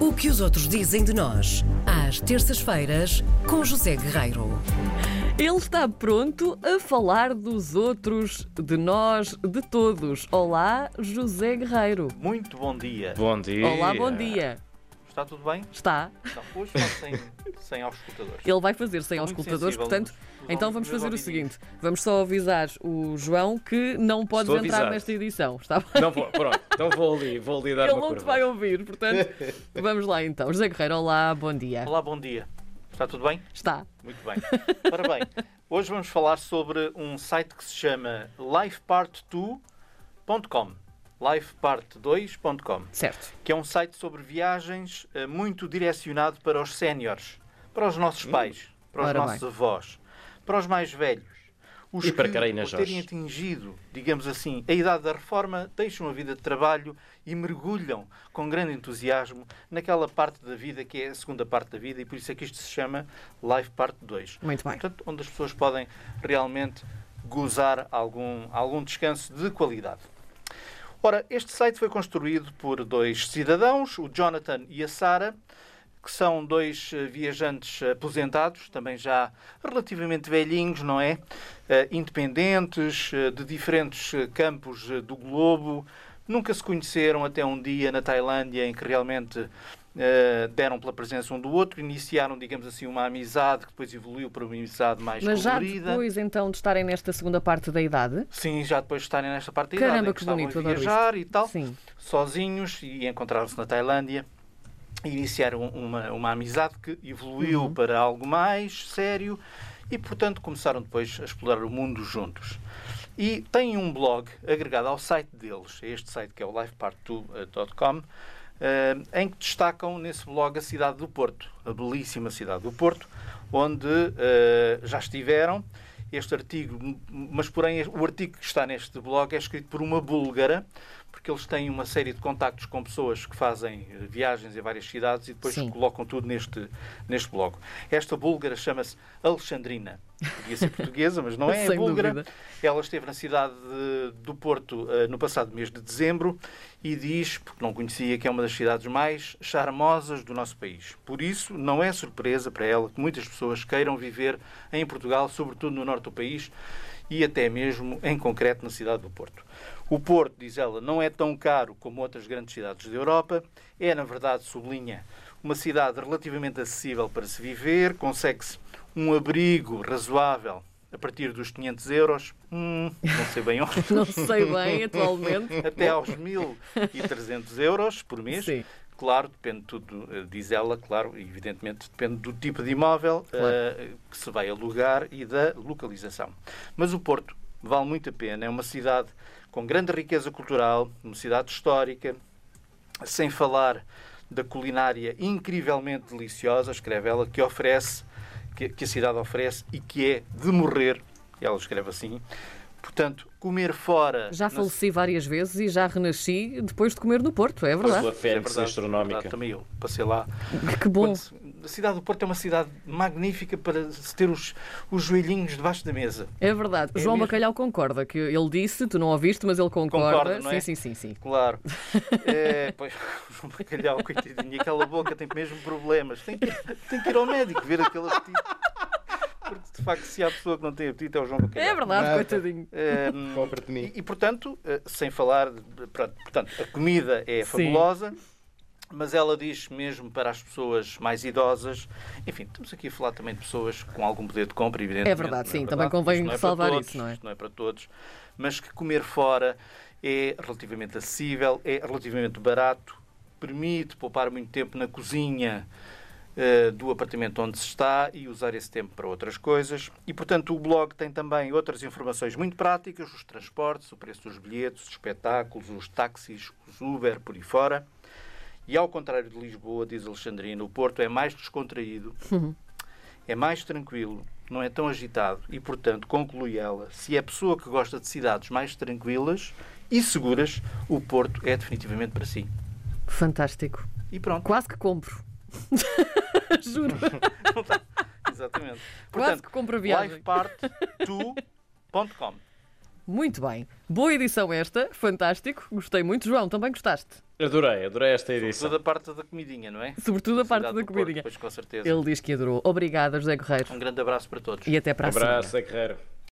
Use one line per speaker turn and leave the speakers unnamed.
O que os outros dizem de nós, às terças-feiras, com José Guerreiro.
Ele está pronto a falar dos outros, de nós, de todos. Olá, José Guerreiro.
Muito bom dia.
Bom dia.
Olá, bom dia.
Está tudo bem?
Está?
Então, hoje faço sem, sem aos escutadores.
Ele vai fazer sem aos
Muito
escutadores,
sensível,
portanto.
os- os
Então
ouvi-
vamos
meus
fazer o
ouvidinhos.
seguinte: vamos só avisar o João que não podes
Estou
entrar
avisado.
nesta edição, está bem?
Não vou, pronto, então vou ali, vou ali dar
Ele
uma
não te
curva.
vai ouvir, portanto, vamos lá então. José Guerreiro, olá, bom dia.
Olá, bom dia. Está tudo bem?
Está.
Muito bem. Ora bem, hoje vamos falar sobre um site que se chama lifepart2.com. Lifepart2.com.
Certo.
que é um site sobre viagens eh, muito direcionado para os séniores, para os
Hum,
nossos pais, para os
Ora
nossos
bem.
avós, para os mais velhos. Os
E para
que,
Karina
por terem
Jorge.
atingido, digamos assim, a idade da reforma, deixam a vida de trabalho e mergulham com grande entusiasmo naquela parte da vida que é a segunda parte da vida e por isso é que isto se chama Life Parte 2.
Muito bem.
Portanto, onde as pessoas podem realmente gozar algum, algum descanso de qualidade. Ora, este site foi construído por dois cidadãos, o Jonathan e a Sara, que são dois eh, viajantes aposentados, também já relativamente velhinhos, não é? Eh, Independentes, eh, de diferentes eh, campos eh, do globo. Nunca se conheceram até um dia na Tailândia em que realmente eh, deram pela presença um do outro, iniciaram, digamos assim, uma amizade que depois evoluiu para uma amizade mais
Mas já
colorida.
depois então de estarem nesta segunda parte da idade,
Sim, já depois de estarem nesta parte da
Caramba,
idade, em
que
que estavam
bonito,
a
adoro
viajar e tal,
Sim.
sozinhos, e encontraram-se na Tailândia. e Iniciaram uma, uma amizade que evoluiu para algo mais sério e, portanto, começaram depois a explorar o mundo juntos. E têm um blog agregado ao site deles, a este site que é o lifepart2.com, eh, em que destacam nesse blog a cidade do Porto, a belíssima cidade do Porto, onde eh, já estiveram. Este artigo, m- mas porém o artigo que está neste blog é escrito por uma búlgara, porque eles têm uma série de contactos com pessoas que fazem eh, viagens em várias cidades e depois
Sim.
colocam tudo neste, neste blog. Esta búlgara chama-se Alexandrina. Podia ser portuguesa, mas não é, é
Sem
búlgara.
dúvida.
Ela esteve na cidade eh, do Porto eh, no passado mês de dezembro e diz, porque não conhecia, que é uma das cidades mais charmosas do nosso país. Por isso, não é surpresa para ela que muitas pessoas queiram viver em Portugal, sobretudo no norte do país e até mesmo, em concreto, na cidade do Porto. O Porto, diz ela, não é tão caro como outras grandes cidades da Europa, é, na verdade, sublinha, uma cidade relativamente acessível para se viver, consegue-se um abrigo razoável a partir dos 500 euros, hum, não sei bem onde,
Não sei bem atualmente.
até aos 1.300 euros por mês.
Sim.
Claro, depende tudo, eh, diz ela, claro, e evidentemente depende do tipo de imóvel eh, que se vai alugar e da localização. Mas o Porto vale muito a pena, é uma cidade com grande riqueza cultural, uma cidade histórica, sem falar da culinária incrivelmente deliciosa, escreve ela, que oferece, que, que a cidade oferece e que é de morrer. Ela escreve assim. Portanto, comer fora.
Já
na-
faleci várias vezes e já renasci depois de comer no Porto, é
Pela
verdade.
sua fênix
verdade,
astronómica.
verdade, também eu passei lá.
Que bom.
Quando se- A cidade do Porto é uma cidade magnífica para se ter os, os joelhinhos debaixo da mesa.
É verdade.
É
João
mesmo.
Bacalhau concorda, que ele disse, tu não ouviste, mas ele concorda.
Concorda, não é?
Sim, sim, sim, sim.
Claro. É, pois, o João Bacalhau, coitadinho, aquela boca tem mesmo problemas. Tem que, tem que ir ao médico ver aquele apetite. Porque, de facto, se há pessoa que não tem apetite, é o João Bacalhau.
É verdade,
Nada.
coitadinho.
É, hum,
Compra-te mim.
e, e, portanto, eh, sem falar, de- pronto, portanto, a comida é
Sim.
fabulosa, mas ela diz mesmo para as pessoas mais idosas, enfim, estamos aqui a falar também de pessoas com algum poder de compra, evidentemente.
É verdade,
não
sim, também
verdade?
convém
Isto não é para
ressalvar
todos,
isso, não é?
Isto não é para todos, mas que comer fora é relativamente acessível, é relativamente barato, permite poupar muito tempo na cozinha eh, do apartamento onde se está e usar esse tempo para outras coisas. E, portanto, o blog tem também outras informações muito práticas, os transportes, o preço dos bilhetes, os espetáculos, os táxis, os Uber, por aí fora. E, ao contrário de Lisboa, diz Alexandrina, o Porto é mais descontraído,
Uhum.
é mais tranquilo, não é tão agitado e, portanto, conclui ela, se é pessoa que gosta de cidades mais tranquilas e seguras, o Porto é definitivamente para si.
Fantástico.
E pronto,
Quase que compro. Juro.
exatamente.
Quase que compro a viagem.
livepart2.com.
Muito bem. Boa edição esta, fantástico. Gostei muito. João, também gostaste?
Adorei, adorei esta edição.
Toda a parte da comidinha, não é?
Sobretudo a parte
Cidade
da
do Porto,
comidinha.
Pois, com certeza.
Ele diz que adorou. Obrigada, José Guerreiro.
Um grande abraço para todos.
E até para a semana.
Abraço, Zé Guerreiro.